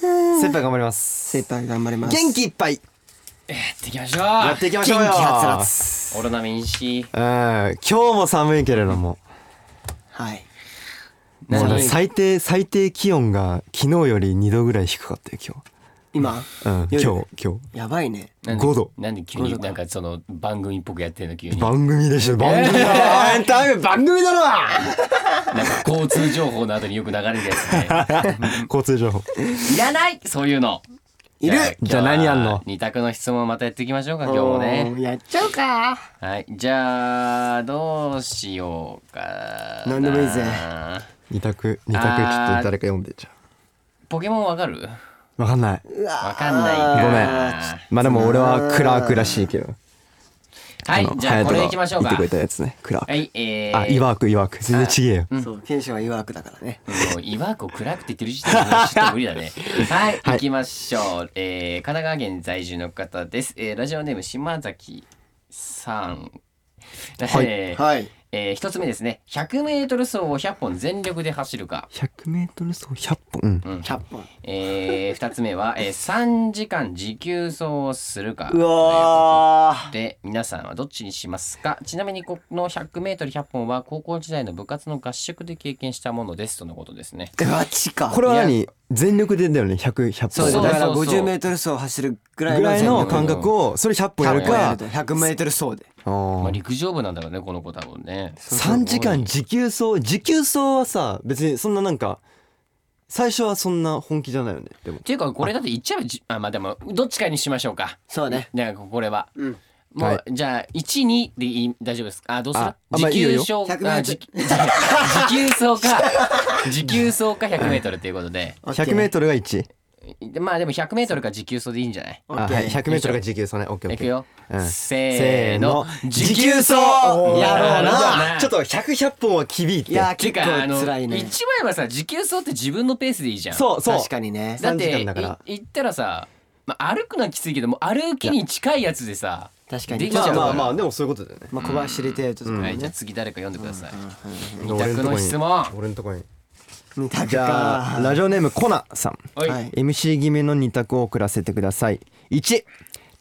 精一杯頑張ります。精一杯頑張ります元気いっぱいやっていきましょうやっていきましょうよ。元気はつらつオロナミン C うん、今日も寒いけれども、はいもう何ね最低最低気温が昨日より2度ぐらい低かったよ今今日。うん、夜今日今やばいねなんで5度なんで急になんかその番組っぽくやってんの急に日。なんか番組でしょ番組だ。エンタメ番組 だろ。交通情報の後によく流れるや つ交通情報。ねいらないそういうのいるじゃあ何やんの二択の質問またやっていきましょうか今日もねおーやっちゃうかはいじゃあどうしようかな何でもいいぜ二択二択ちょっとあー誰か読んでじゃポケモンわかるあ。わかんない。わかんないかごめんはまあでも俺はクラークらしいけど。いのじゃあこれいきましょう隼人が言ってかくれたやつね。クラはーいえク。ー、あ、いわくいわく全然ちげえよ。そう剣士は曰くだからねもう岩子暗くて言ってる時点でもうちょっと無理だ ね。はい、行きましょう、えー神奈川県在住の方です。えーラジオネーム島崎さん。はいえーはいえー一つ目ですね。100メートル走を100本全力で走るか。 100メートル走100本。うん。 100本えー二つ目は、えー3時間持久走をするか。うわーで皆さんはどっちにしますかちなみにこの 100m100 本は高校時代の部活の合宿で経験したものですとのことですね。えマジかこれは何全力でだよね100 100そうだそ本。うからそう50メートル走走るぐらいぐらいのの感覚をそれ100本やる100やかると。100メートル走であまあ、ー陸上部なんだろうねこの子多分ね。 3時間持久走持久走はさ別にそんななんか最初はそんな本気じゃないよねでもっていうかこれだって言っちゃうじあまあでもどっちかにしましょうかそうねじゃあこれは、うんもう、はいじゃあ12でいい大丈夫ですかあどうするああま持あいいよ久走いいよ100あメート持 久持久走か持久走か 100m ということでル 100m が1でまあでも 100m か持久走でいいんじゃないあはい 100m が持久走ね OKOK いくよ、うんせーの持久走やろうなちょっと100100本は厳いっていやていう結構かあの辛いね一枚はさ持久走って自分のペースでいいじゃんそうそう確かにねだっ3時て間だからい行ったらさ、まあ、歩くのはきついけどもう歩きに近いやつでさ確かにできちまゃうあから、まあまあでもそういうことだよねまあ小走り程度とかはい、じゃあね次誰か読んでください。二俺択のとのこ質に問。俺のとこに見たくじゃあかラジオネームコナさんはいははいい。 MC 決めの2択を送らせてください1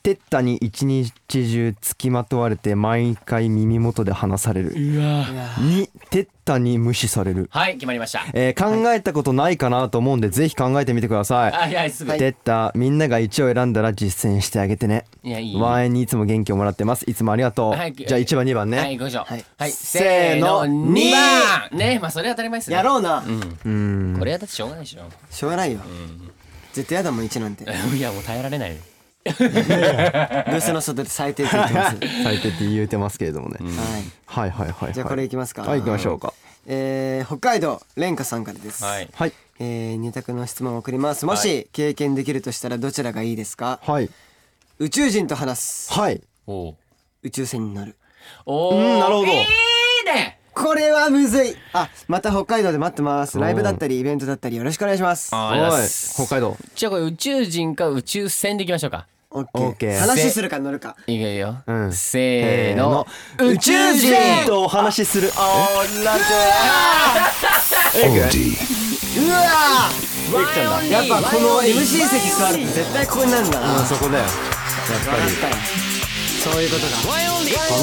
テッタに一日中つきまとわれて毎回耳元で話される2テッタに無視される、決まりました。えー考えたことないかなと思うんでぜひ考えてみてください、あ、いや、すぐ。いテッタみんなが1を選んだら実践してあげてねや、いい。ワンエンにいつも元気をもらってますいつもありがとう、はいじゃあ1番2番ね、はい、ご一緒。はいはい、せせーーのの、二二番。ね、まあ、それは当たり前ですね。やろうなうん。うんこれはだってしょうがないでしょ。 しょうがないよ絶対やだもん1なんていや、もう耐えられない。ブースの外で最低って言って ますはい最低って言うてますけれどもね、はいはいはいはいじゃあこれいきますかはい行きましょうかえー北海道蓮華さんからですはい。はいえー二択の質問を送りますもはし経験できるとしたらどちらがいいですかはい宇宙人と話すはいおう。宇宙船に乗るおうーんなるほどいいね。これはむずいあまた北海道で待ってますライブだったりイベントだったりよろしくお願いしますあおありがとうございいます北海道じゃあ、これ宇宙人か宇宙船でいきましょうか。オオッッケケーー話するか乗るかいいよいいよ。うんせーの。宇宙人とお話しするあうわちゃんだーやっぱこの MC 席座ると絶対ここになるんだなそこだよ確かにそういうことだ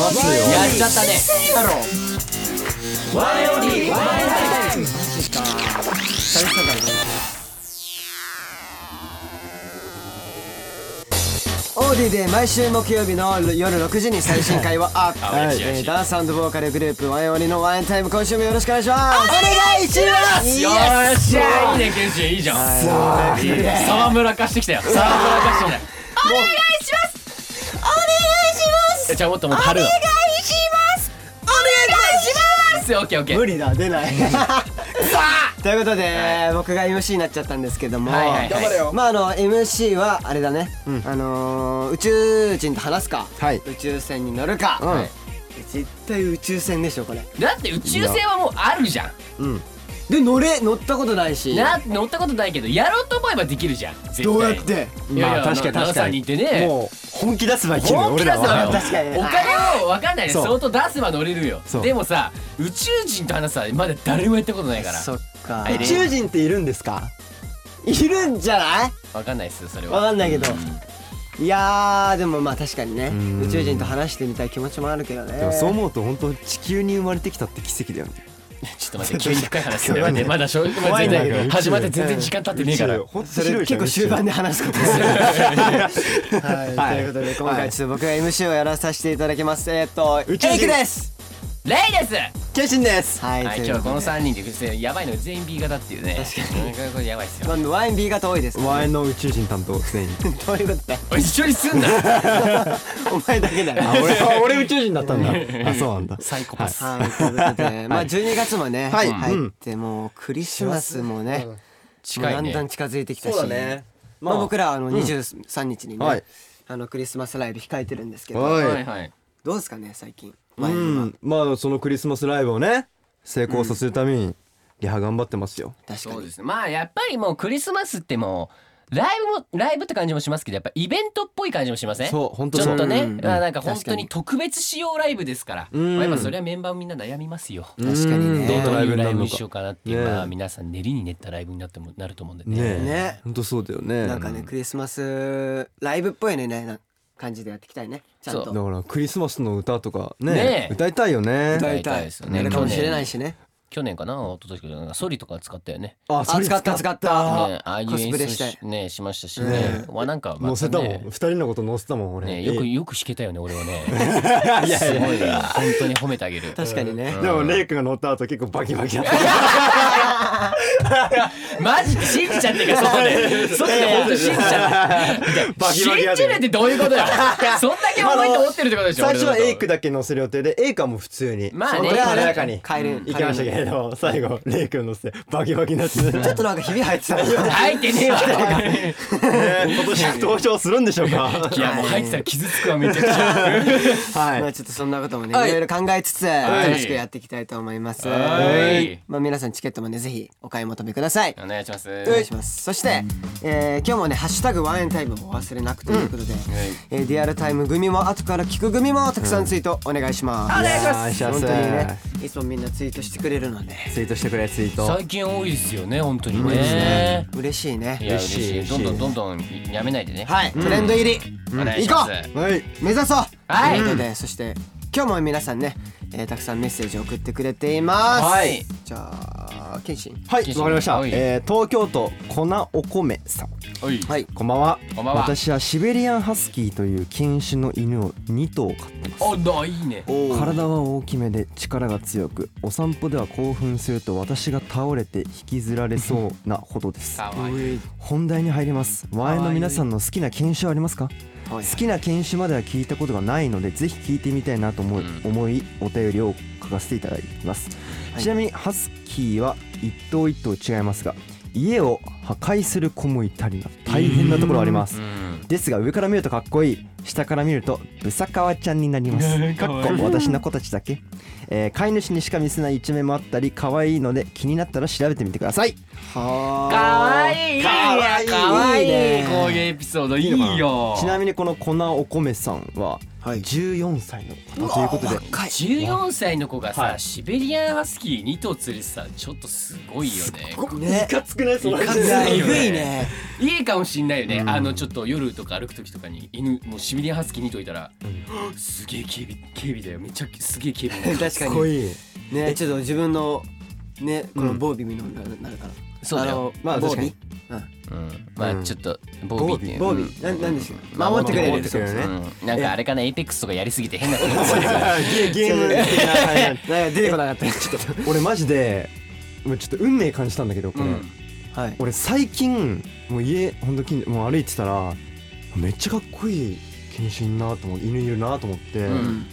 話すよやっちゃったね。やろワイオリンワイオリン寂しそうだねオーディで毎週木曜日の夜6時に最新回をアップ、はいはい嬉しい嬉えしーいダンスボーカルグループワンオニのワンエンタイム今週もよろしくお願いしますお願いしますよっしゃいいねケンシいいじゃんいいね沢村貸してきたよ沢村貸してきたお願いしますお願いしますじゃあもっともっと張るお願いしますお願いしますオッケーオッケー無理だ出ない ということで、僕が MC になっちゃったんですけども、はいはいはい頑張れよまああの MC はあれだね、あのー宇宙人と話すか、はい宇宙船に乗るか、うん絶対宇宙船でしょこれだって宇宙船はもうあるじゃで乗れ乗ったことないしんな乗ったことないけどやろうと思えばできるじゃん絶対どうやっていやいや長さに行ってねもう本気出せばいける本気出せばよ俺らは確かにねお金を分かんないねそう相当出せば乗れるよそうでもさ宇宙人と話すはまだ誰もやったことないからそっかはい宇宙人っているんですかいるんじゃないわかんないっすそれはわかんないけどうんいやーでもまあ確かにねん宇宙人と話してみたい気持ちもあるけどねでもそう思うと本当地球に生まれてきたって奇跡だよねちょっと待って急に深い話するのやめてまだ正直まだ全怖いんだけ然ど始まって全然時間経ってねえから宇宙本当そ広いじゃんれ結構終盤で話すことですよはい、はいということで今回ちょっと僕が MC をやらさせていただきますえーっと宇宙人エイクですレイですケシンですはい、はいとい今日うはこことので3人で不正やばいの全員 B 型っていうね確かにこれやばいっすよまあワイン B 型多いです宇宙人前の宇宙人担当常にどういうことだよおい一緒にすんなお前だけだよあ俺は俺宇宙人だったんだあそうなんだサイコパスはい、ということで、まあ12月もね、はい入ってもうクリスマスもね、近もいうだんだんね近づいてきたし、そうだね。まあ僕らあの23日にね、はいあのクリスマスライブ控えてるんですけはど、いはいはいどうですかね最近。うワインはんまあそのクリスマスライブをね成功させるためにリハ頑張ってますよ確かそうにで。すねまあやっぱりもうクリスマスってもうライブもライブって感じもしますけどやっぱイベントっぽい感じもしませんそう本当ちそょうっとね、うんまあなんか本確当かにに特別仕様ライブですから、んまあ、やっぱそれはメンバーもみんな悩みますよ、確かにうねんどんどなラうイいブにうラなイるブのにかしようかなって、ねえまあ皆さん練りに練ったライブになってもなると思うんでねねえね本当そうだよねなんかねクリスマスライブっぽいねねな感じでやっていきたいね。ちゃんそだとからクリスマスの歌とかねねえ歌いたいよね歌いですよねやるかもしれないしね。去年かな一昨年かなんかソリとか使ったよねああ使った使った。ねああいうコス演プレ出してしねしましたしね、わなんかま載せたもんね二人のこと載せたもん俺ねよくいよく弾けたよね俺はね すごいな本当に褒めてあげる確かにね。でもレイ君が乗った後結構バキバキだったマジで信じちゃってる から外で外で本当に信じちゃってバキバキ信やでじるってどういうことよそんだけ重いと思ってるってことでしょ最初は俺のことエイクだけ乗せる予定でエイクはもう普通にまあねその時軽やかに帰る行きましたけれど最後レイク乗せてバキバキになって ねちょっとなんかひび入ってた。入ってねえわ今年登場するんでしょうかいやもう入ってたら傷つくわめちゃくちゃはいまあちょっとそんなこともね、はいいろいろ考えつつい楽しくやっていきたいと思います。はいまあ皆さんチケットもねぜひお買い求めください。お願いしますお願いします。そして、えー今日もねハッシュタグワンエンタイムをお忘れなくということで、えーリアルタイム組も後から聞く組もたくさんツイートお願いします。いしま本す当にねいつもみんなツイートしてくれるのでツイートしてくれツイート最近多いですよね本当にね嬉しいいね。や嬉嬉しいしい嬉しいどんどんどんどんやめないでねはい、トレンド入り、お願いし行まこすうはい目指そうはといいうことでそして今日も皆さんね、えーたくさんメッセージ送ってくれています。はいじゃあ謙信はいわかりましたはいえー東京都粉お米さんはいはいこんばんはこんばんは私はシベリアンハスキーという犬種の犬を2頭飼ってますおだいいね体は大きめで力が強くお散歩では興奮すると私が倒れて引きずられそうなほどですかわいい本題に入りますワインの皆さんの好きな犬種はありますか好はいきな犬種までは聞いたことがないのでぜひ聞いてみたいなと思い,、うん思いお便りを書かせていただきます、はいちなみにハスキーは一頭一頭違いますが家を破壊する子もいたりな大変なところありますうんですが上から見るとかっこいい下から見るとブサカワちゃんになりますかっこ私の子たちだけ、えー飼い主にしか見せない一面もあったり可愛いので気になったら調べてみてくださいはかわいいかわいいかわいいこういうエピソードいいよちなみにこの粉お米さんははい14歳の方ということで若い14歳の子がさ、はいシベリアンハスキー2頭連れてさちょっとすごいよねねかつくないそのの話いやいいよねえぐいねいいかもしんないよね、あのちょっと夜とか歩く時とかに犬もうシベリアンハスキー2頭いたら、すげえ警備警備だよめっちゃすげえ 警備確かかっにこいいねちょっと自分のねこうのん防備見るのになるなるからそうだよあのまあ防防備備うん、まあちょっと防備っていう防う備んななんですよ守守っっててくくれれるるそう守ってくれるねうんなんかあれかなエイペックスとかやりすぎて変なこと思 われるゲゲーム的ななんか出てこなかったちょっ と俺マジでもうちょっと運命感じたんだけどこれ、うんはい俺最近もう家ほんと近所もう歩いてたらめっちゃかっこいい犬種いんなと思って犬いるなと思って、うん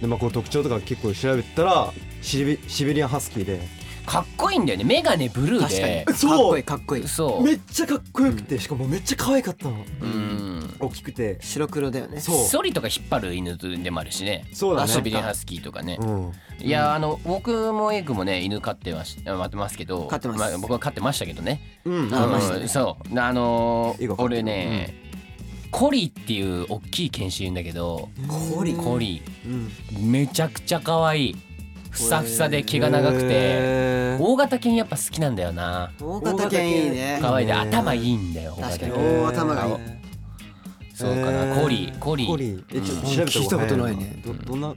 でまあこう特徴とか結構調べたらシベシベリアンハスキーでかっこいいんだよね眼鏡ブルー確かにでかっこいいかっこいいそうめっちゃかっこよくて、しかもめっちゃ可愛かったのうん大きくて白黒だよねそうソリとか引っ張る犬でもあるしねそうだねシベリアンハスキーとかね、うんいやあの僕もエイクもね犬飼ってまし飼ってますけど飼ってますあ僕は飼ってましたけどねうんあうんましたねそうあのーエイクは飼ってる俺ね、コリーっていう大きい犬種いるんだけどコリコリーうんめちゃくちゃ可愛いそうふさふさで毛が長くてへー大型犬やっぱ好きなんだよな大型犬いいね可愛いでね頭いいんだよ大確型かに犬大頭がいい顔そうかなコリコリコリえちょっとうん調べた聞いたことないねどどんなどんなや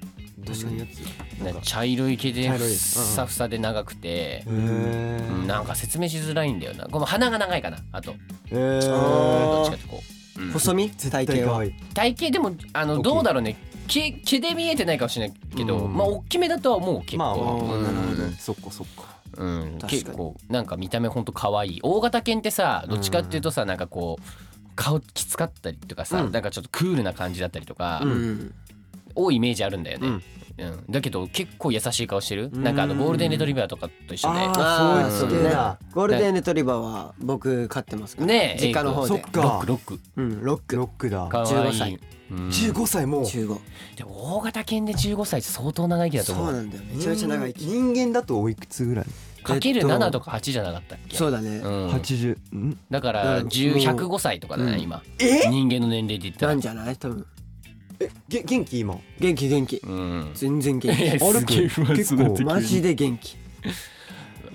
つなんか茶色い毛で茶ふ色いうんうんさふさで長くてへーうんなんか説明しづらいんだよなこの鼻が長いかなあとへーあーどっちかってこう、うん細身体型は絶体型でもあ大きのいどうだろうね毛毛で見えてないかもしれないけど、うんまあ大きめだとは思う対結可愛いまあ構、まあうんなるほどねそっかそっかうん、確かに結構なんか見た目ほんと可愛い大型犬ってさどっちかっていうとさ、なんかこう顔きつかったりとかさ、うんなんかちょっとクールな感じだったりとか、うん多いイメージあるんだよね、うんだけど結構優しい顔してる、んなんかあのゴールデンレトリバーとかと一緒でああーーそそうういう系だねゴールデンレトリバーは僕飼ってますからねえ実家の方そっでロッかクロックうんロックロックだ可愛い15歳うん15歳もう15でも大型犬で15歳って相当長生きだとそ思ううなんだよめちゃめちゃ長生き人間だとおいくつぐらいかけるえっと7とか8じゃなかったっけそうだねうん80んだかだかららもう10 105歳とかだうねん今え人間の年齢で言ったならんじゃない多分えげ元気今元気元気うん全然元いや気あれすげえ不安結そうなって構マジで元気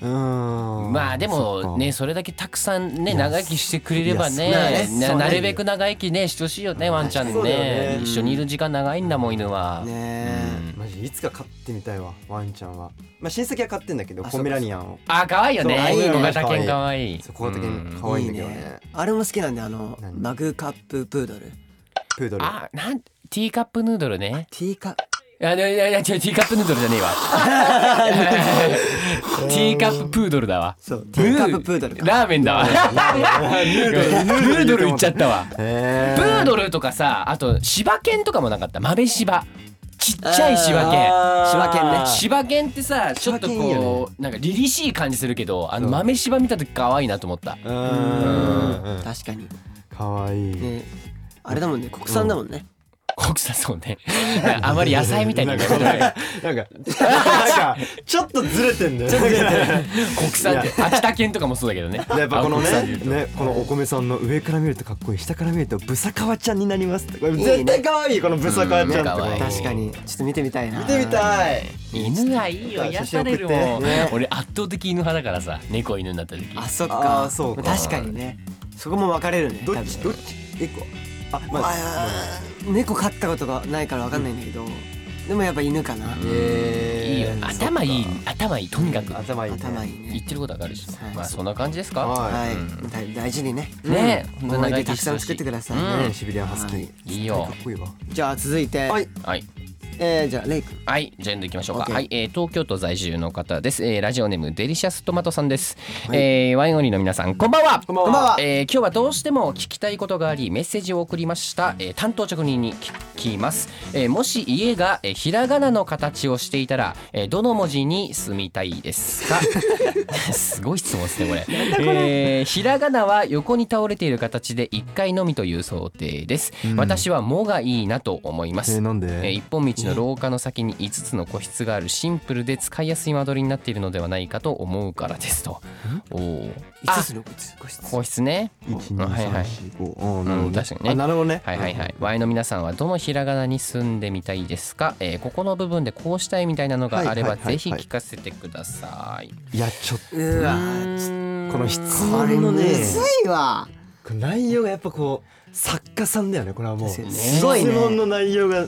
うーんまあでもねそっかそれだけたくさんね長生きしてくれればいやねそうなそうなるべく長生きねしてほしいよねワンちゃんそうだよねね一緒にいる時間長いんだもん犬はねえうんマジいつか飼ってみたいわワンちゃんはまあ親戚は飼ってんだけどあポメラニアンをあ可愛いよねそう小型犬可愛いそう小型犬うん可愛いんだけどねあれも好きなんであの何マグカッププードルプードルあなんティーカップヌードルねティーカップいやいやいやいやティーカップヌードルじゃねえわティーカッププードルだわそうティーカッププードルかラーメンだわヌードル言っちゃったわへプードルとかさあと柴犬とかもなかった豆柴ちっちゃい柴犬柴犬ね柴犬ってさちょっと柴犬いいこようなんか凛々しい感じするけどあの豆柴見た時可愛いなと思ったうーん確かに可愛いねあれだもんね国産だもんね国産そうね なんかあまり野菜みたいにななんんかなんかかなんかなんかちょっとずれてんだよね国産って秋田犬とかもそうだけどねやっぱこのあね国産で言うねこのお米さんの上から見るとかっこいい下から見るとブサカワちゃんになりますってこれね絶対可愛いこのブサカワちゃんってうん可愛い確かにちょっと見てみたいな見てみたいと犬はいいよ癒されるもん、俺圧倒的犬派だからさ猫犬になった時あそっあーかそうか確かにねそこも分かれるねどっ多ち分どっち一個あまああー猫飼ったことがないから分かんないんだけどでもやっぱ犬かないいよえー頭いい頭いいとにかく頭いいね頭いい言っねてることわかるしはいまあそんな感じですかはいはい大大事にねねうんほんと思い長生出きしてほたくさんしい作ってくださいうんねねシビリアンハスキーいいよかっこいいわじゃあ続いてはいはいえーじゃあレイ君はい、じゃあ読んでいきましょうか。 OK はい、えー東京都在住の方です。えーラジオネームデリシャストマトさんです。えーワインオンリーの皆さん、こんばんは。こんばんはこんばんはえー今日はどうしても聞きたいことがあり、メッセージを送りました。えー担当直人に聞きます。えーもし家が、えーひらがなの形をしていたら、えーどの文字に住みたいですか。 すごい質問ですね、これ。えーひらがなは横に倒れている形で1回のみという想定です。私はもがいいなと思いまえすー。なんえーで一本道の廊下の先に5つの個室があるシンプルで使いやすい間取りになっているのではないかと思うからですと。おお。 5つの個室個室個室ね。一あ二はいは三い四五うんうん確かにねあなるほどねはいはいはい。Y の皆さんはどのひらがなに住んでみたいですか。えーここの部分でこうしたいみたいなのがあはればいはいはいはぜいひ聞かせてください。いやちょっとうわーこの質あれ問のむねずいわこれ内容がやっぱこう作家さんだよねこれはもうですよねすごいね質問の内容がな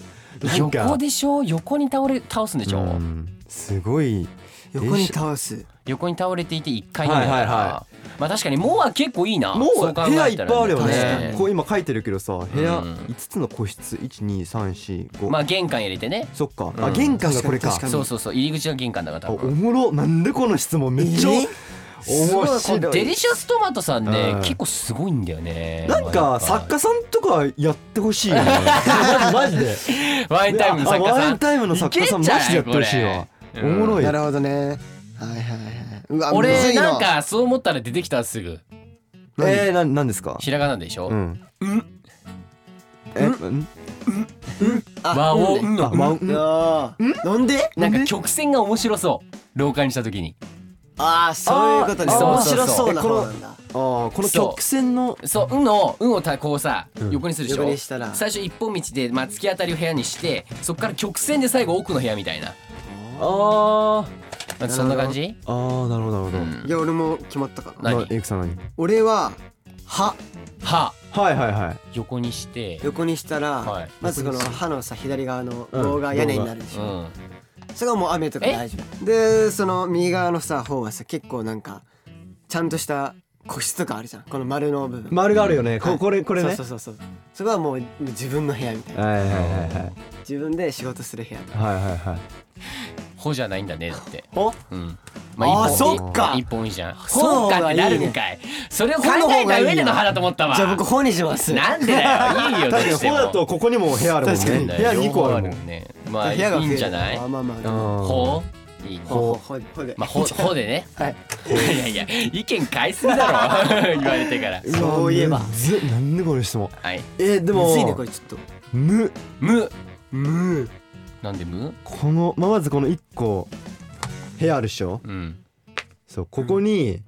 んか横でしょ。横に倒れ倒すんでしょ。うんすごい横に倒す横に倒れていて1回のみだから。はいはいはまあ確かにもうは結構いいな。もそうう考えたら部屋いっぱいあるよ確かねにこう今書いてるけどさ部屋うん5つの個室12345まあ玄関入れてね。そっかうあん玄関がこれか確かにそうそうそう入り口が玄関だからあ多お分。もろなんでこの質問めっちゃえすご面いこの白デいリシャストマトさんね、うん結構すごいんだよねなんか作家さんとかやってほしいよね マジでワインタイムの作家あワさインんタイムの作家さんいマけんじゃないジでやってほしいわこれおもろいなるほどねはいはいはいうわむず俺いなんかそう思ったら出てきたらすぐえーななんですかひらがなでしょ、うんえうん和音あの、ワンうんあーなんでなんか曲線が面白そう廊下にした時にああそういうことねあー面そうそうそ白うそうなえこの方なんだああこのそう曲線のそう「うん」の「うん」をたこうさ、うん横にするでしょ横にしたら最初一本道で、まあ、突き当たりを部屋にしてそっから曲線で最後奥の部屋みたいなああそんな感じあーなるほどなるほど、うんいや俺も決まったかな何なエイクさん何俺は歯歯はいはいはい横にして横にしたら、はいまずこの歯のさ左側のうん棒が屋根になるでしうょ、んそれがもう雨とか大丈夫でその右側のさ方はさ結構なんかちゃんとした個室とかあるじゃんこの丸の部分、丸があるよね、はこいこれこれねそうそうそうそうそこはもう自分の部屋みたいなはいはいはいはい自分で仕事する部屋はいはいはいほじゃないんだねっておうんあー一本そっか一本いいじゃんのそ方っかがっいていねなるんかいそれを考のえ方がたいいよ上での歯だと思ったわじゃあ僕本にしますなんで だよいいよどう確かにしてこうもだとここにも部屋あるもんね確かに部屋2個あるもん両方ねまあ部い屋が増えるいんじゃないあまあまあ、ほういいねほうほうほうでまあほほでねはい いやいや意見変えすぎだろ 言われてからわそういえばむずなんでこれ質問はいえーでむもずいねこれちょっとむ無むなんで無この、まあ、まずこの1個部屋あるっしょうんそうここに、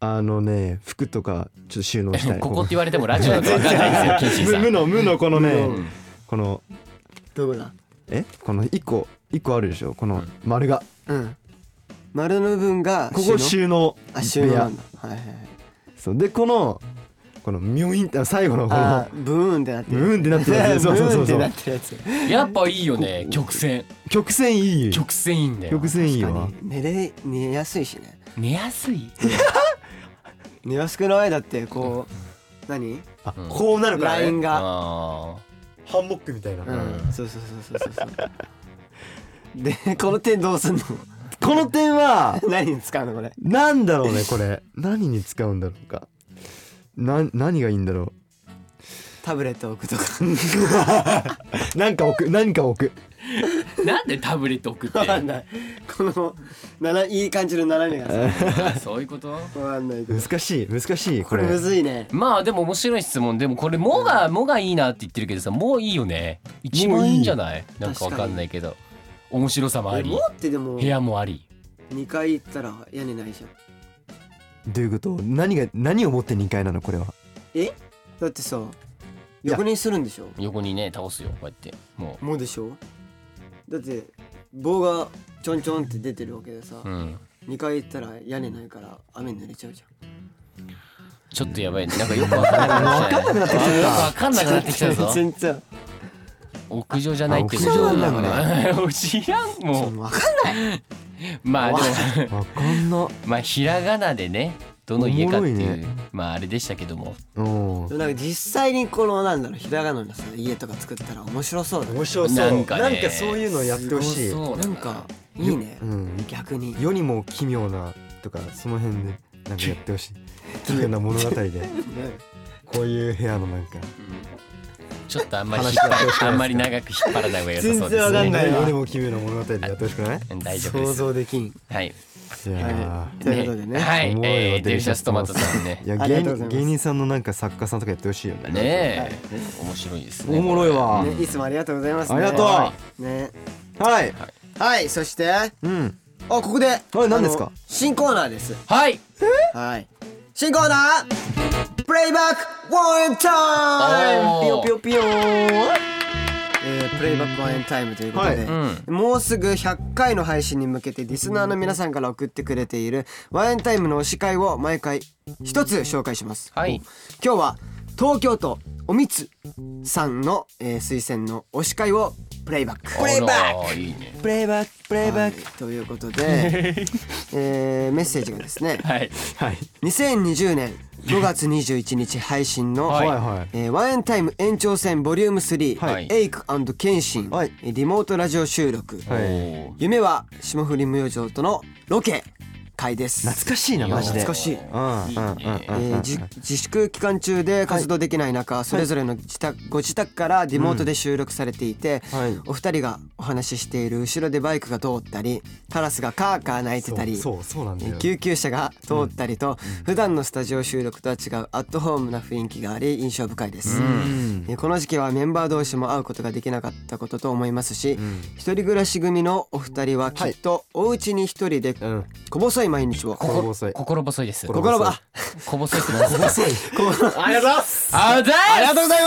あのね服とかちょっと収納したいここって言われてもラジオだと分かんな いですよキッチ無ンさ無んの無のこのね、無うんこのどうだえこの1個1個あるでしょこの丸が、うん丸の部分がここ収納あ部収納な屋んだはいはいはいそうでこのこのミョインって最後のこのあーブーンってなってブーンってなってるやつそうそうそうそうブーンってなってるやつやっぱいいよね曲線曲線いい曲線いいんだよ曲線いい確かわに寝れ寝やすいしね寝やすい寝やすくないだってこう何あうんこうなるからラインねがあハンモックみたいな、ううんんそうそうそうそうそうそうでこの点どうすんの この点は何に使うのこれなんだろうねこれ何に使うんだろうかな何がいいんだろタブレット置くとかうなんか置く何か置くーなんでタブレット送ってわかんないこのなないい感じの斜めがさあそういうことわかんないけど難しい難しいここれれむずいねまあでも面白い質問でもこれ「も」が「も」がいいなって言ってるけどさ「も」いいよね一番いいんじゃないなんかわかんないけど面白さもあえりもうってでも部屋もあり2階行ったら屋根ないじゃんどういうこと何が何を持って2階なの これはえだってさいや横にするんでしょ横にね倒すよこうやってももうでしょだって棒がちょんちょんって出てるわけでさ、ううん2階行ったら屋根ないから雨に濡れちゃうじゃちょっとやばいねなんかよくわかんなくなっちゃうよくわかんなくなってきたん ぞ全然屋上じゃないってことあ屋上なんだ ね知らんもん分かんまあでもわかんなまあひらがなでねどの家かっていおもろういねまああれでしたけどもうんないなんか実際にこのなんだろうひらがなのさ家とか作ったら面白そうだね面白なんかねそういうのやってほしいすごそうだなんかいいね、うん逆に世にも奇妙なとかその辺でなんかやってほ しい奇妙な物語でこういう部屋のなんかちょっとあんまり引っ張あんまり長く引っ張らない方が良さそ全うで然すわかねんないわ世にも奇妙な物語でやってほしくない大丈夫で 想す像できんはいいやということでねはーい、思うよえー、デリシャストマトさんねい。やあり芸がとうございま人す芸人さんのなんか作家さんとかやってほしいよねねえ、面白いですね。おもろいわねいつもありがとうございます、ね、ありがとううねはいはいそしてあうんここでこれ何ですかあの新コーナーですはい、はい。新コーナープレイバックワンエンタイムピおーヨピヨピヨーえー、プレイバックワンエンタイムということで、はもうすぐ100回の配信に向けてリスナーの皆さんから送ってくれているワンエンタイムの推し会を毎回一つ紹介します、はい今日は東京都おみつさんの、えー推薦の推し会をプレイバックク。いいね。プレイバックプレイはいということ で、えーメッセージがですねはい、はい2020年5月21日配信の、はいはいはいえーワンエンタイム延長戦ボリューム3、はいエイクケンシン、はいえーリモートラジオ収録、はいおー夢は霜降り明星とのロケ会です懐かしいなマジで懐かしいうんうんえうんうんーじ自粛期間中で活動できない中、それぞれの自宅ご自宅からリモートで収録されていて、うんはいお二人がお話ししている後ろでバイクが通ったりカラスがカーカー鳴いてたりそうそうそうなんだよ救急車が通ったりと、普段のスタジオ収録とは違うアットホームな雰囲気があり印象深いです、うんえーこの時期はメンバー同士も会うことができなかったことと思いますし、一人暮らし組のお二人はきっとお家に一人でうん小細いい毎日はこ心細い心細いです心心ばあこぼ細いって何ですか細いありがとうございますありがとうございますありがとうござい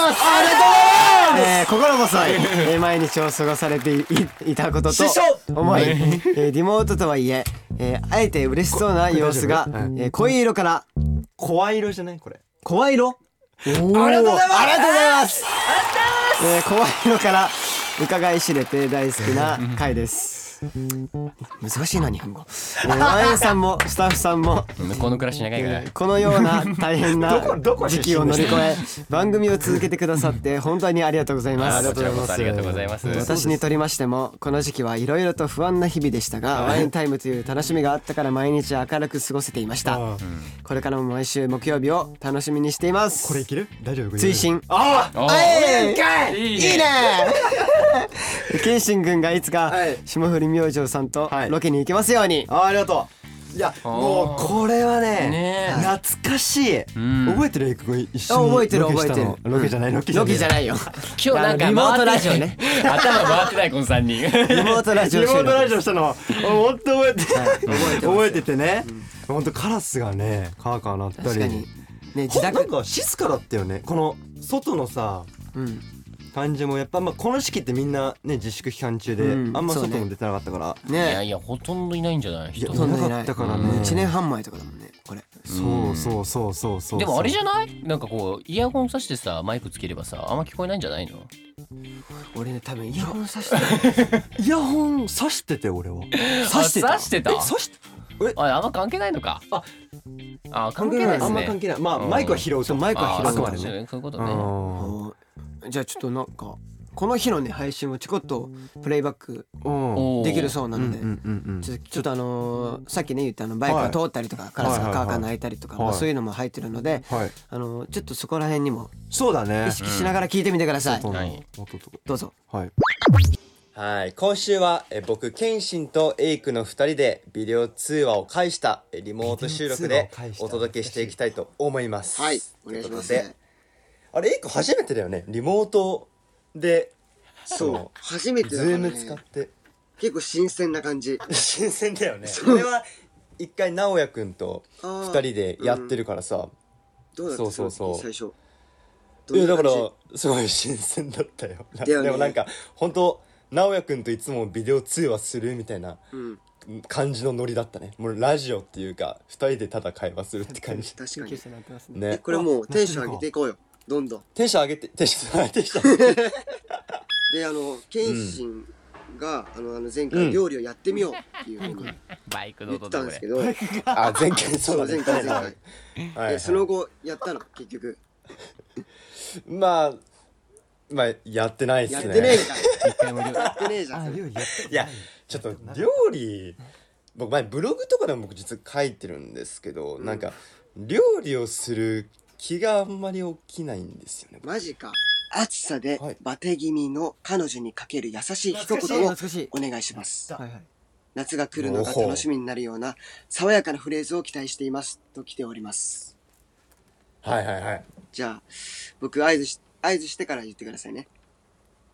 ますありがとうございます、えー、心細い、えー、毎日を過ごされていいいたことと師匠思い、えー、リモートとはいええー、あえて嬉しそうな様子が、こえこれ大丈夫ー、濃い色から怖い色じゃないこれ声色ありがとうございますありがとうございますえー、怖いのから伺い知れて大好きな回です難しいな日本語、えー、ワインさんもスタッフさんも、向こうの暮らし長いからえーこのような大変などこどこ出時期身を乗り越え番組を続けてくださって本当にありがとうございますありがとうございまこちらこすそありがとうございます私にとりましてもこの時期はいろいろと不安な日々でしたがワインタイムという楽しみがあったから毎日明るく過ごせていましたあこれからも毎週木曜日を楽しみにしていますこれいける大丈夫追伸あおーはいいいいねいね謙信君がいつかはい霜降り明星さんとはいロケに行けますように、あーありがとういやもうこれはねねえ懐かしいん覚えてるエイク君一緒あに覚えてるロケしたの覚えてるロケじゃないロケロケじゃいないよ今日なんかリモート回ラってジなオいね 頭回ってないこの三人リモートラジオリモートラジオオしたの本当覚えて覚えててね本当カラスがねカーカー鳴った確かにりね自ほんな宅んか静かだったよねこの外のさうん感じもやっぱまあこの時期ってみんなね自粛期間中であうんんまそう外ねも出てなかったからいやねいやほとんどいないんじゃない人いやそんなないかなっいたからうねん1年半前とかだもんねこれそうそうそうそうそうでもあれじゃないなんかこうイヤホンさしてさマイクつければさあんま聞こえないんじゃないの俺ね多分イヤホンさしてるイヤホン挿してて俺はさしてたさしてたえ挿しああんま関係ないのかああ関係ないですねあんま関係ないまあうんマイクは拾うとマイクはあ拾うあそうまでですねねそういうことうねんおーじゃあちょっとなんかこの日のね配信をちょこっとプレイバックうんおーできるそうなうんうのんで、うんうんちょちょっとあのーさっきね言ったあのバイクが通ったりとか、カラスがカーカー鳴いたりとか、はいはいまあ、そういうのも入ってるので、はいあのーちょっとそこら辺にもそうだね意識しながら聞いてみてください、外のはい音とかどうぞはい。はい。今週は、えー僕、ケンシンとエイクの二人でビデオ通話を介したえーリモート収録ビデオで通話を介したお届けしていきたいと思います。お願いしますということであれ、エイク初めてだよね。リモートで、そ初めう、ズーム使 って。結構新鮮な感じ新鮮だよね。これは、一回、直也くんと二人でやってるからさ。どうだったそうそうそうその初いやだからすごい新鮮だったよなだよねでもなんか本当直哉くんといつもビデオ通話するみたいな感じのノリだったねもうラジオっていうか2人でただ会話するって感じ確かにねこれもうテンション上げていこうよどんどんテンション上げてテンション上げてきたそうであの謙信が、あのあの前う回ん料理をやってみようっていうふうにバイクの言っ音てでたんこでれすけどあ前回そうだね前回前回はいはいでその後やったの結局まあまあやってないっすやっねてねえじゃん一回もやってねえじゃんそれいやちょっと料理僕前ブログとかでも僕実は書いてるんですけど、なんか料理をする気があんまり起きないんですよねマジか暑さではいバテ気味の彼女にかける優しい一言を懐かしいお願いしますはいはい夏が来るのが楽しみになるような爽やかなフレーズを期待していますと来ておりますはいはいはいじゃあ僕合図し合図してから言ってくださいね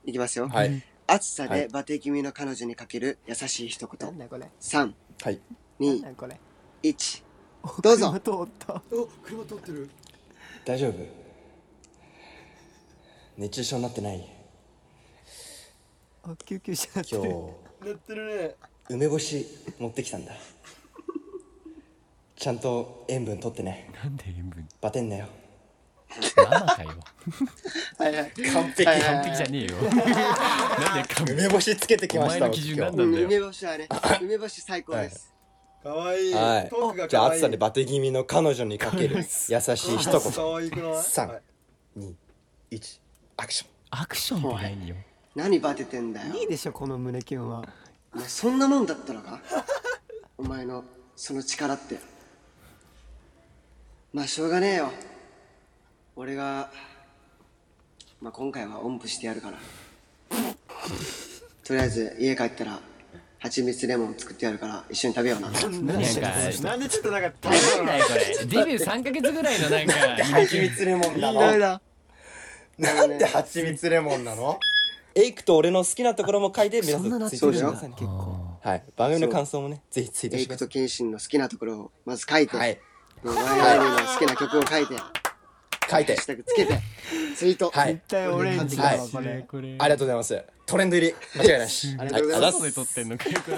いきますよ、はい暑さはいでバテ気味の彼女にかける優しい一言、なんだこれ三はい二なんだこれ一どうぞ車通った大丈夫熱中症になってないあ救急車今日 梅干し持ってきたんだちゃんと塩分取ってねなんで塩分バテんなよママかよはいはい完 璧はい完璧じゃねえよなんで完璧梅干しつけてきましたお前の基準なんだうん梅干しは ね梅干し最高です、かわいい。はいトークがじゃかあわいい。暑さでバテ気味の彼女にかける優しい一言かわいくない。三、二、一、アクション。アクションって何よ何バテてんだよいいでしょこの胸キュンはお前そんなもんだったのか お前のその力ってまあしょうがねえよ俺がまあ今回はおんぶしてやる からとりあえず家帰ったら蜂蜜レモン作ってやるから一緒に食べようななんかなんでちょっとなんかたなんだよこれデビュー3ヶ月ぐらいのなん か蜂蜜レモンなの。だなん で蜂蜜レモンなの？エイクと俺の好きなところも書いて皆さんついてそうくでしだょさいね。結構はい、番組の感想もねぜひツイートエイしてクくだと謙信の好きなところをまず書いて、さいはいで我々の好きな曲を書いて、ハ書いッてシュタグつけて、ツイート。はい絶対オレンジだわこれありがとうございますトレンド入り間違いなしありがとうございますで撮ってんのかよこれ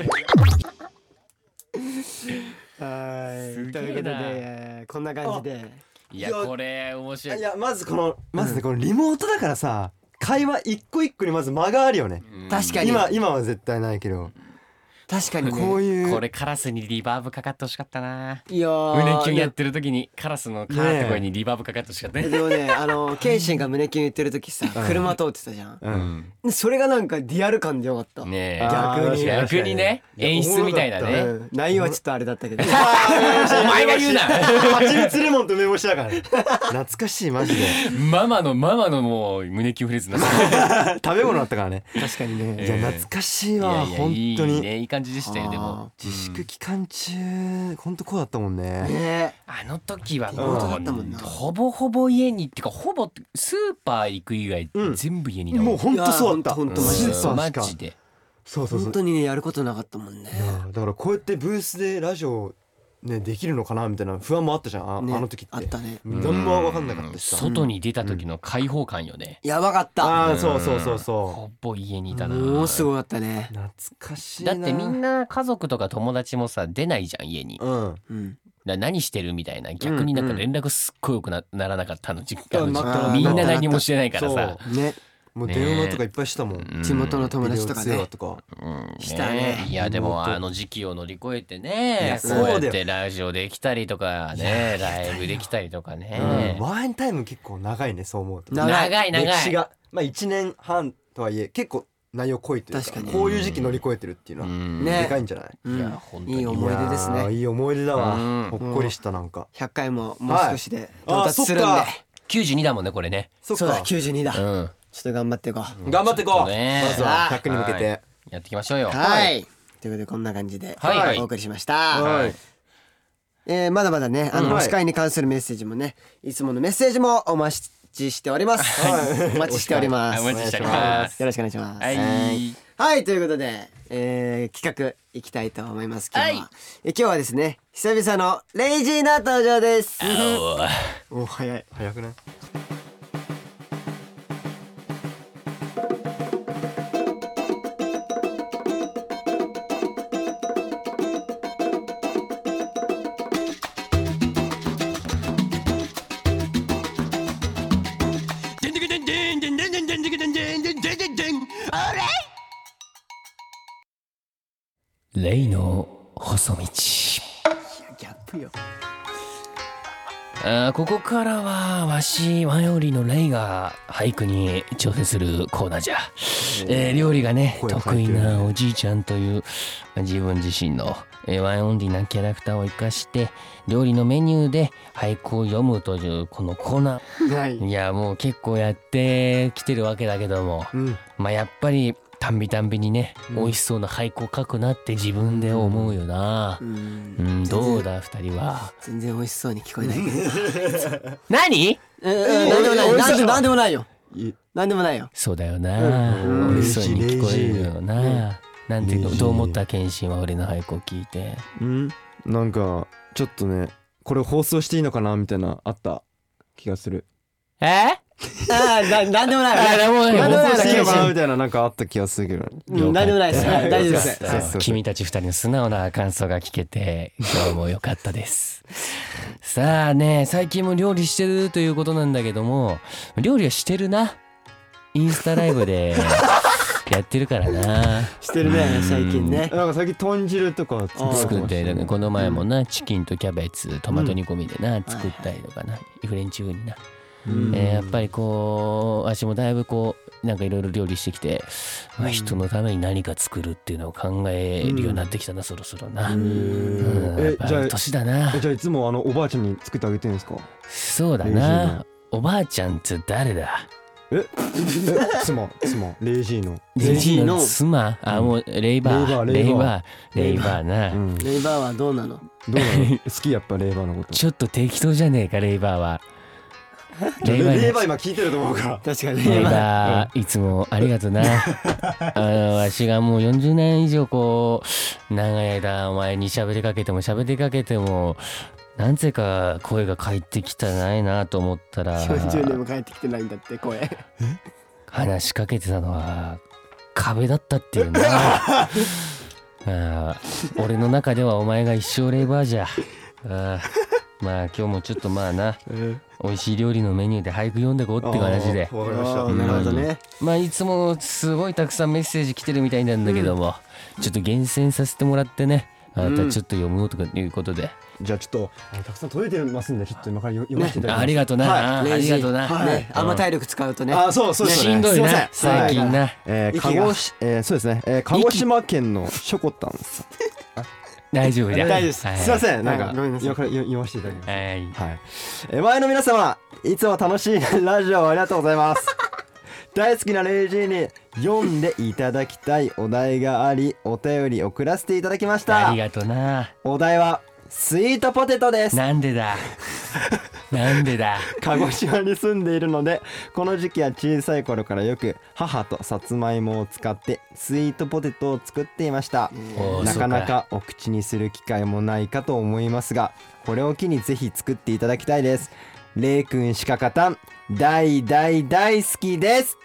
はいということでえーこんな感じでいやこれ面白いいやまずこのまずねこのリモートだからさ会話一個一個にまず間があるよね確かに今今は絶対ないけど確かにねこういうこれカラスにリバーブかかってほしかったないやー胸キュンやってる時にカラスのカーって声にリバーブかかってほしかったねでもねあの謙信が胸キュン言ってる時さ車通ってたじゃんううんんでそれがなんかリアル感でよかったねあー逆に確か逆にね確か演出みたいなねうん内容はちょっとあれだったけどえお前が言うな蜂蜜レモンと梅干しだからね懐かしいマジで ママのママのもう胸キュンフレーズな食べ物だったからね確かにねいや懐かしいわいやいや本当いいにねいい感じでしたよでも自粛期間中本当こうだったもんねねあの時は本当だったもんなほぼほぼ家にってかほぼスーパー行く以外うん全部家にいたももんう本当そうだったいや本当うんマジでスーパーマしかジでそうそうそ本う当にねやることなかったもんねいやだからこうやってブースでラジオねできるのかなみたいな不安もあったじゃんああねの時ってあったね何も分かんなかったしさ外に出た時の開放感よねやばかったああそうそうそうそほぼ家にいたなもうすごかったねう懐かしいだなってみんな家族とか友達もさ出ないじゃん家にだかうんうんら何してるみたいな逆になんか連絡すっごいよくなならなかったの実家のな実った家みんな何もしてないからさねもうね電話とかいっぱいしたもん、うん地元の友達とかビデオ通ね話とかうんしたねいやでも妹あの時期を乗り越えてねそうこだようやってラジオできたりとかねライブできたりとかねうんワインタイム結構長いねそう思うとな長い長歴い長史いがまあ1年半とはいえ結構内容濃いというか確かにこういう時期乗り越えてるっていうのうはんねでかいんじゃない、うんいや本当いいに思い出ですやーねいい思い出だわ、うんほっこりしたなんか100回ももう少しではい到達するんであそっか92だもんねこれねそっそうだか92だうちょんっと頑張っていこう頑張っていこうちょっとねまずは100に向けはてやっていきましょうよはい。ということでこんな感じではいはいお送りしました。はいえーまだまだねあの、うんお司会に関するメッセージもねいつものメッセージもお待ちしております。お待ちしております。お待ちしておりますよろしくお願いします。はいはいということで、えー企画いきたいと思います。今日は、はいえー今日はですね久々のレイジーな登場です。お早い早くないレイの細道ギャップよ。あーここからはわしワンオリのレイが俳句に挑戦するコーナーじゃ、えー料理がね声得入っ意てるねなおじいちゃんという自分自身の、えーワンオンリーなキャラクターを生かして料理のメニューで俳句を読むというこのコーナはい。ーいやもう結構やってきてるわけだけどもうんまあやっぱりたんびたんびにね、美味しそうな俳句を書くなって自分で思うよなう、んうんどうだ二人は全然美味しそうに聞こえないけど。何うんうんなんでもない。なんでなんでもないよい。なんでもないよ。そうだよな、うん嬉しそうに聞こえるよな、レイジなんていうレイかジどう思った謙信は俺の俳句を聞いてうんなんかちょっとねこれ放送していいのかなみたいなあった気がするえー、ああ、ななんでもない。あでもなんでもない放送していいのかな謙みたいななんかあった気がするけどうんなんでもないです。はい大丈夫でよすか。ったそう君たち二人の素直な感想が聞けて今日も良かったです さあね最近も料理してるということなんだけども料理はしてるなインスタライブ でやってるからなしてるね、最近ね。なんか最近豚汁とか作作っっててだるからねこの前もなチキンとキャベツトマト煮込みでな作ったりとかなフレンチ風になうんえーやっぱりこう私もだいぶこうなんかいろいろ料理してきて、まあ、人のために何か作るっていうのを考えるようになってきたな、そろそろな。うんやっえぱじゃあ年だなえじゃあいつもあのおばあちゃんに作ってあげてるんですかそうだレイジなおばあちゃんって誰だえ妻妻レイジーのレイジジーのの妻あもうレイバーレイババーレイバーな、うんどレイバーはどうなの うなの好きやっぱレイバーのことちょっと適当じゃねえかレイバーは令和令に和今聞いてると思う から確かに令和いつもありがとな あのわしがもう40年以上こう長い間お前に喋りかけても喋りかけてもなんていうか声が返ってきたないなと思ったら40年も帰ってきてないんだって声 話しかけてたのは壁だったっていうなああ俺の中ではお前が一生レバーじゃああまあ今日もちょっとまあな美味しい料理のメニューで俳句読んでこうっていう話でわかりましたなるほどねまあいつもすごいたくさんメッセージ来てるみたいなんだけども、ちょっと厳選させてもらってねあなたちょっと読むとかいうことで、じゃあちょっとあのたくさん届いてますんでちょっと今からよ読ませていただきますありがとな、あはいありがとな、ねあんま体力使うとねあそうそうですしよねんどいすませなん最近な、えー、鹿息が児しえー、そうですね、えー、鹿児島県のしょこたんさん大丈夫だ大丈夫です、すいまんせんなんはかいごめんなさい今から読読ませていただきますはいはい、えー前の皆様いつも楽しい ラジオをありがとうござい ます大好きなレイジーに読んでいただきたいお題がありお便り送らせていただきましあたりがとなお題はスイートポテトですなん でだなんでだ鹿児島に住んでいるのでこの時期は小さい頃からよく母とさつまいもを使ってスイートポテトを作っていましたおーなかなそうかお口にする機会もないかと思いますがこれを機にぜひ作っていただきたいですレイくんしか勝たん大大大好きです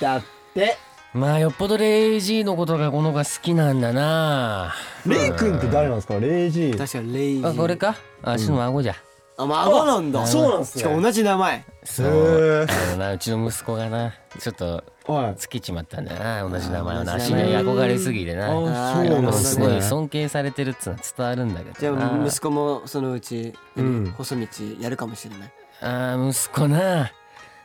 だってまあよっぽどレイジーのことがこの子が好きなんだなレイくんって誰なんですかレイジー確かにレイジあこれかあ足の孫じゃ、あ孫なんだそうなんすしかも同じ名前そうあのなうちの息子がなちょっとはいつけちまったんだよな同じ名前をな同足じに名前憧れすぎてなあーそうなんだもうすごい尊敬されてるっつうのは伝わるんだけどじゃなあ息子もそのうちうん細道やるかもしれないあー息子な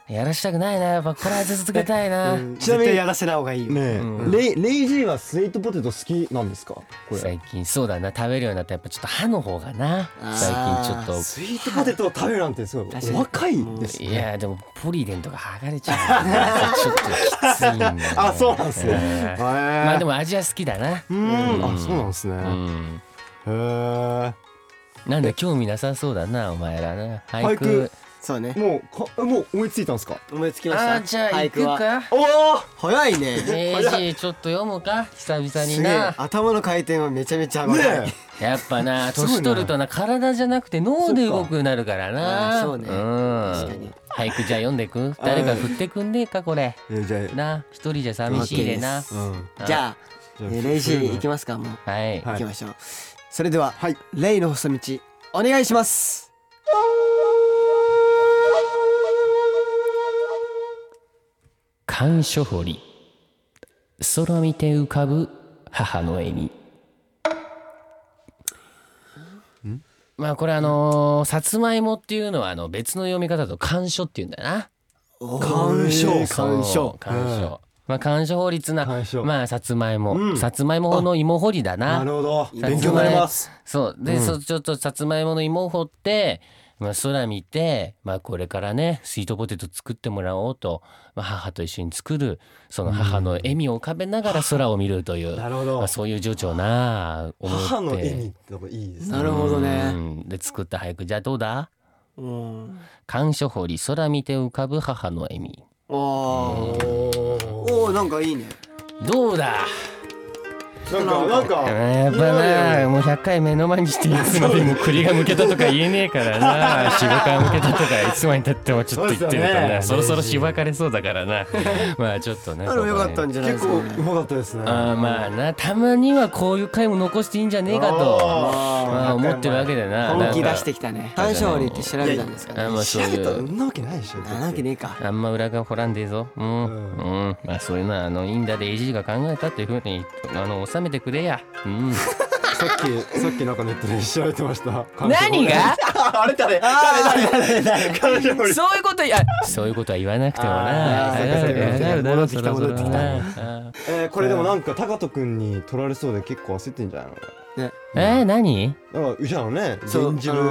やらしたくないなやっぱこれは続けたいな、ちなみにやらせない方がいいよねえ、うんレイレイジーはスイートポテト好きなんですかこれ最近そうだな食べるようになったやっぱちょっと歯の方がな最あー近ちょっスイートポテトを食べるなんてすごい確かにお若いですとねいやでもポリデントが剥がれちゃうちょっときついんだよねあそうなんすねうんままあでも味は好きだなうんあそうなんですね、うんへえなんだ興味なさそうだなお前らな俳俳句句そうねもうかもう思いついたんですか思いつきあましたーじゃあ俳行句くはかおお早いね明治ちょっと読むか久々にすげえな頭の回転はめちゃめちゃね速いえやっぱな年取るとな体じゃなくて脳で動くようになるからなそっかあーそうね確んかに俳句じゃあ読んでく誰か振ってくんねえかこれえじゃな一人じゃ寂しいでなあ、うん、じゃあじゃあえーレイジー行きますかもうはいはい行きましょうそれではレイの細道お願いします寒所堀空見て浮かぶ母の笑みまあこれあのーさつまいもっていうのはあの別の読み方だと甘所っていうんだよな鑑賞干渉干渉まあ干渉法律な干渉まあさつまいも、さつまいもの芋掘りだななるほどさつまい勉強になりますそうで、そちょっとさつまいもの芋を掘って、まあ、空見て、まあ、これからねスイートポテト作ってもらおうと、まあ、母と一緒に作るその母の笑みを浮かべながら空を見るという、なるほどまあ、そういう情緒をな思って母の笑みってのがいいですねなるほどうねんで作った俳句じゃあどうだうん感所掘り空見て浮かぶ母の笑みおおおおーなんかいいねどうだなんかなんあかーやっぱなもう100回目の前にしていつまでも栗が剥けたとか言えねえからな芝が剥けたとかいつまでたってもちょっと言ってるからなそそうですよねろそろ芝かれそうだからなまあちょっとねあれもよかったんじゃないで結すか構うまかったですねあーまあなたまにはこういう回も残していいんじゃねえかとまあ思ってるわけだな本気なん出かしてきたね鑑賞理って調べたんですかあーねまあそういそうんなわけないでしょなわけねえかあんま裏が掘らんでえぞうん、うんまあそういうのはあのいいんだで AG が考えたっていうふうにあの収めてくれやうんさっ きさっきなんかネットで調べてました何があれ誰誰誰誰彼女よりそういうこといやそういうことは言わなくてもなあーそうかそうか戻ってきた戻ってきたたえーこれでもなんか高人くんに取られそうで結構焦ってんじゃないのねえー、何だからうちらのねそう演じる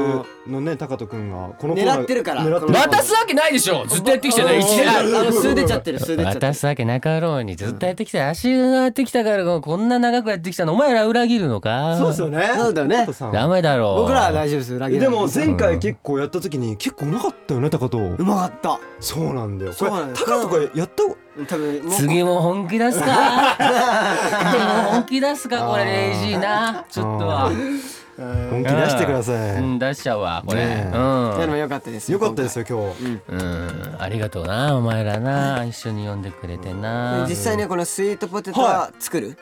のね高人君がこのコーナー狙ってるから狙ってる渡すわけないでしょずっとやってきたよあね一あ年の数出ちゃってる数出ちゃって渡るすわけなかろうにずっとやってきた足がやってきたからこんな長くやってきたのお前ら裏切るのかそうですよねそうだよね高人さんダメだろう僕らは大丈夫です裏切らでないも前回結構やった時に結構うまかったよね高人うまかったそうなんだよこそうれなんだよ高人がやった多分もう次も本気出すかでも本気出すかこれレイジーなちょっとは本気出してくださういん出しちゃうわこれ、ねえいやでもう良かったですよかったですよよ今日ん、うん、ありがとうなお前らな一緒に読んでくれて今な回実際ねこのスイートポテトは作る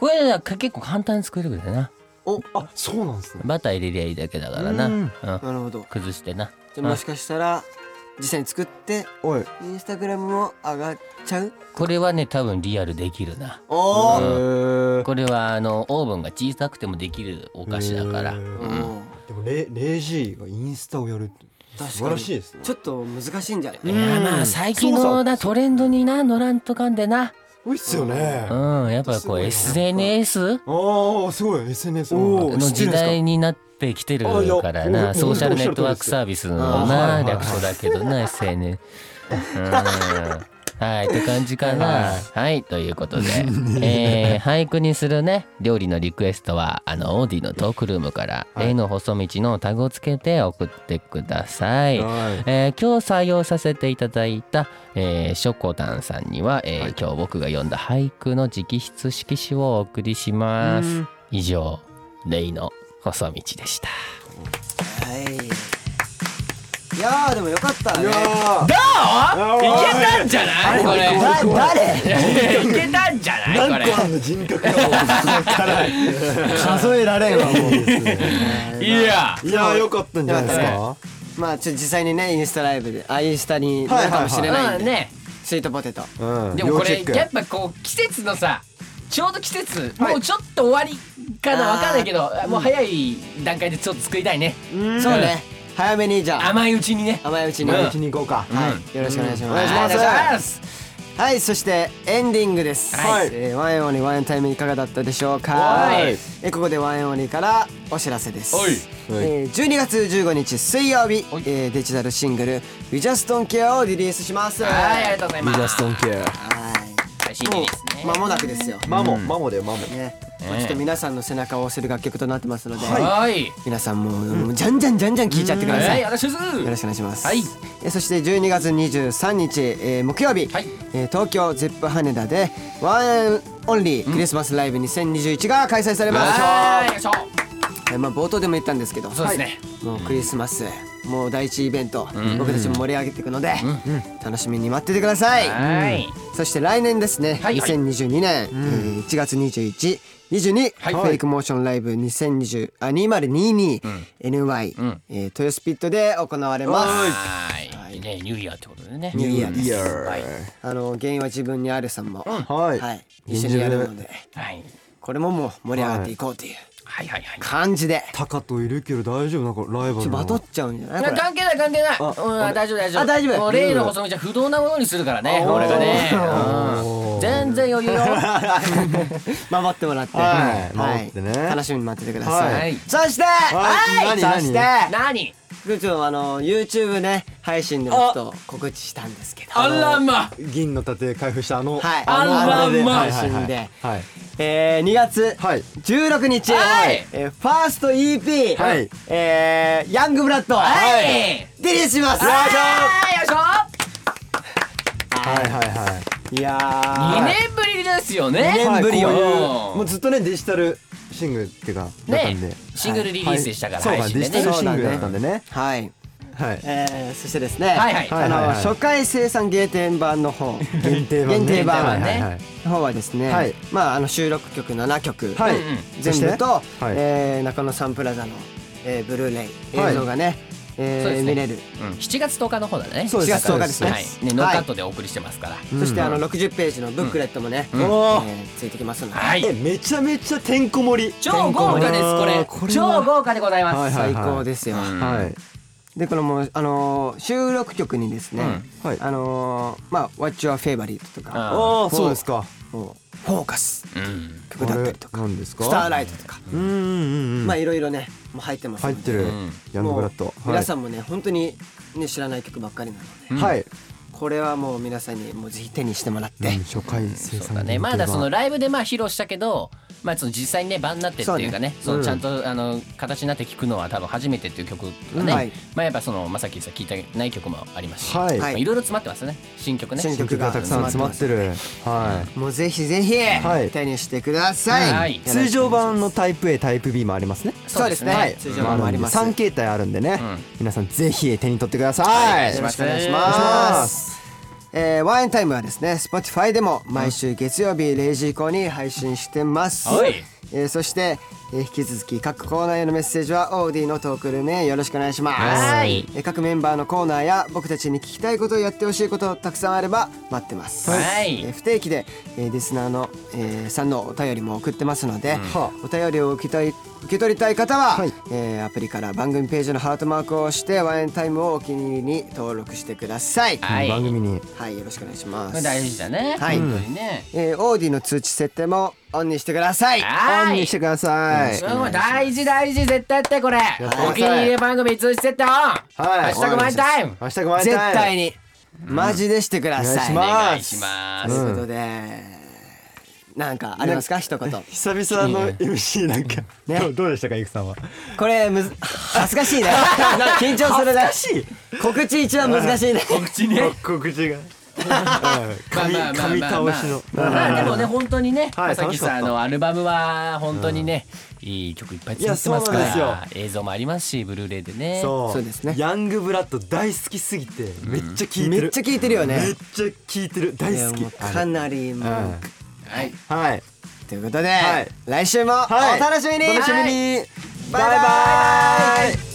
これだから結構簡単に作れるんだよなあそうなんですねバター入れりゃいいだけだからな、ううんん、なるほど崩してなじゃあもしかしたら実際に作っておいインスタグラムも上がっちゃうこれはね多分リアルできるなおーえーこれはあのオーブンが小さくてもできるお菓子だから、へーおうんーでもレレイジーがインスタをやるって確かに素晴らしいですねちょっと難しいんじゃないいやまあ最近のなトレンドにな乗らんとかんでな多いっすよねあうんやっぱこう SNS あーすごい SNS おーのの時代になってきてるからあいやなソーシャルおっしネゃッる通トりでワークすサービスのあーはないはい略称だけどな SNS うんはいって感じかなはいということでえー俳句にするね料理のリクエストはあのオーディのトークルームから「例の細道」のタグをつけて送ってくださいはいえー今日採用させていただいた、えー、ショコタンさんには、えー今日僕が読んだ俳句の直筆色紙をお送りします以上レイの細道でしたはいいやーでもよかったねいけたんじゃないこれだ誰いけたんじゃないこれの人格がもう辛い数えられんわもうですねいやいやーよかったんじゃないですよかまあちょっと実際にねインスタライブであインスタになるかもしれないんうでんねスイートポテトうんでもこ要チれェックやっぱこう季節のさちょうど季節もうちょっと終わりかなわかんないけどもう早い段階でちょっと作りたいねそうね早めにじゃあ甘いうちにね甘いうちに毎は日に行こうかいよろしくお願いしますお願いしますはいそしてエンディングですはいえーワンエンオンリーワンエンタイムいかがだったでしょうかはいえーここでワンエンオンリーからお知らせですはいえー12月15日水曜日えーデジタルシングル「We Just Don't Care」をリリースしますはい、ありがとうございます。ケはい配信日ですね。もう間もなくですよマモマモだよマモねねまあちょっと皆さんの背中を押せる楽曲となってますのではい。皆さんももうじゃんじゃんじゃんじゃん聴いちゃってくださはいい、よよろしくお願ろいししくお願いしますはいえーそして12月23日えー木曜日はいえー東京ゼップ羽田でワンエンオンリークリスマスライブ2021が開催されま。ますすはい、よいしょ。えーまあ冒頭でも言ったんですけどそうですね。もうクリスマスもう第一イベント僕たちも盛り上げていくので楽しみに待っててくださいはい。そして来年ですね、はい2022年、えー1月21、22、はいフェイクモーションライブ2020あ2022、NY、んえー豊洲ピットで行われます。はい。ね、ニューイヤーってことでね。ニューイヤーです。はい。あの原因は自分にあるさんも、はいはい、一緒にやるので、はい。これももう盛り上がっていこうというはいはいはい。感じで、タカといるけど大丈夫なんかライバちょっとルバなトっちゃうんじゃない？これ関係ない関係ない。うん、大丈夫大丈夫。あ大丈夫もう例の細道は不動なものにするからね。俺がね。うん全然余裕よ。守ってもらって、はい守ってね楽しみに待っててください。はいそして、はいそ何して、何？部長あの YouTube ね配信でもちょっと告知したんですけどあらま。銀の盾開封したあのはいあのあらあれでまあはいはいはい死んではいえー、2月はい16日、はいえーファースト EP、はいえーヤングブラッド、はい。デリースしますはい、よいしょ。はいはいはいいや二ー年ぶりですよね。二年ぶりよはいこういううんもうずっとねデジタルシングルっていうかだったんでね、シングルリリースでしたから、そう配か信デでジねタ。ルシングルだったんでねはい、はいえー、そしてですね、はいはいはいあのはいはい初回生産限定版の方限定版ね限定版はいはいはいの方はですね、はいまああの収録曲7曲、はい全部と、そしてはいえー中野サンプラザの、えーブルーレイ映像がね、えーそうですね見れる。うん7月10日の方だね。そうです4月10日ですね。はい、ね、ノーカットでお送りしてますから。そしてあの60ページのブックレットもね、えおーついてきますので、はいえ、めちゃめちゃてんこ盛り超豪華です、こあーれ。これは超豪華でございます。はい最高ですよ。はいでこのもうあのー収録曲にですね、うんはいあのーまあ What's Your Favorite とかあああそうですかをフォーカスうん曲だったりとかあれ何ですかスターライトとか、うんうんうんまあいろいろねもう入ってます入ってるんヤングブラッドもう皆さんんもね本当にね知らない曲ばっかりなので、はいこれはもう皆さんにもうぜひ手にしてもらって、うん初回生そう産だねまだそのライブでまあ披露したけど、まあ、その実際にね場になってっていうかねそそうねのうんちゃんとあの形になって聴くのは多分初めてっていう曲がうんね、はいまあ、やっぱそのまさきさん聴いてない曲もありますし、はいまあいろいろ詰まってますね新曲ね新曲がたくさん詰まってるはもうぜひぜひはい手にしてください、はいい通常版のタイプ A タイプ B もありますねそうですね、そうはい通ですね常版もあります、 3形態あるんでねうん皆さんぜひ手に取ってくださいよろしくおお願い願いししま。ますえー、ワンエンタイムはですね Spotify でも毎週月曜日0時以降に配信してます、はいえーそして、えー引き続き各コーナーへのメッセージはオーディのトークルームへよろしくお願いしますはいえー各メンバーのコーナーや僕たちに聞きたいことをやってほしいことたくさんあれば待ってます、はいえー不定期で、えーリスナーの、えーさんのお便りも送ってますので、お便りを受けたい受け取りたい方は、はいえーアプリから番組ページのハートマークを押してワンエンタイムをお気に入りに登録してください。はい番組にはい、よろしくお願いしまこれす。大事だね、はい本当にね、えーオーディの通知設定もオンにしてください。はいオンにしてくださいうん大事大事絶対やってこれさいお気に入り番組通知設定オンハはいッシュタグマイタイム明日ごめん絶対に、マジでしてくだお願いさい。しおま願いしますということで、なんかありますか一言。久々の MC なんかねどうどうでしたかゆくさんはこれむず恥ず かしいね。緊張するね。告知一番難しいね。口ね告知がまあまあまあ紙まあ倒しのまあまあでもね本当にねはい正木さん楽しかったのアルバムは本当にねいい曲いっぱい作ってますかいやそうなんら映像もありますしブルーレイでねそうそうですねヤングブラッド大好きすぎてめっちゃ聞いてるめっちゃ聞いてるよめねっ。ちゃ聞いてる大いや好きもうかなりもう、うんはいはいということで、はい来週もおはい楽しみに、お楽しみにバイバイ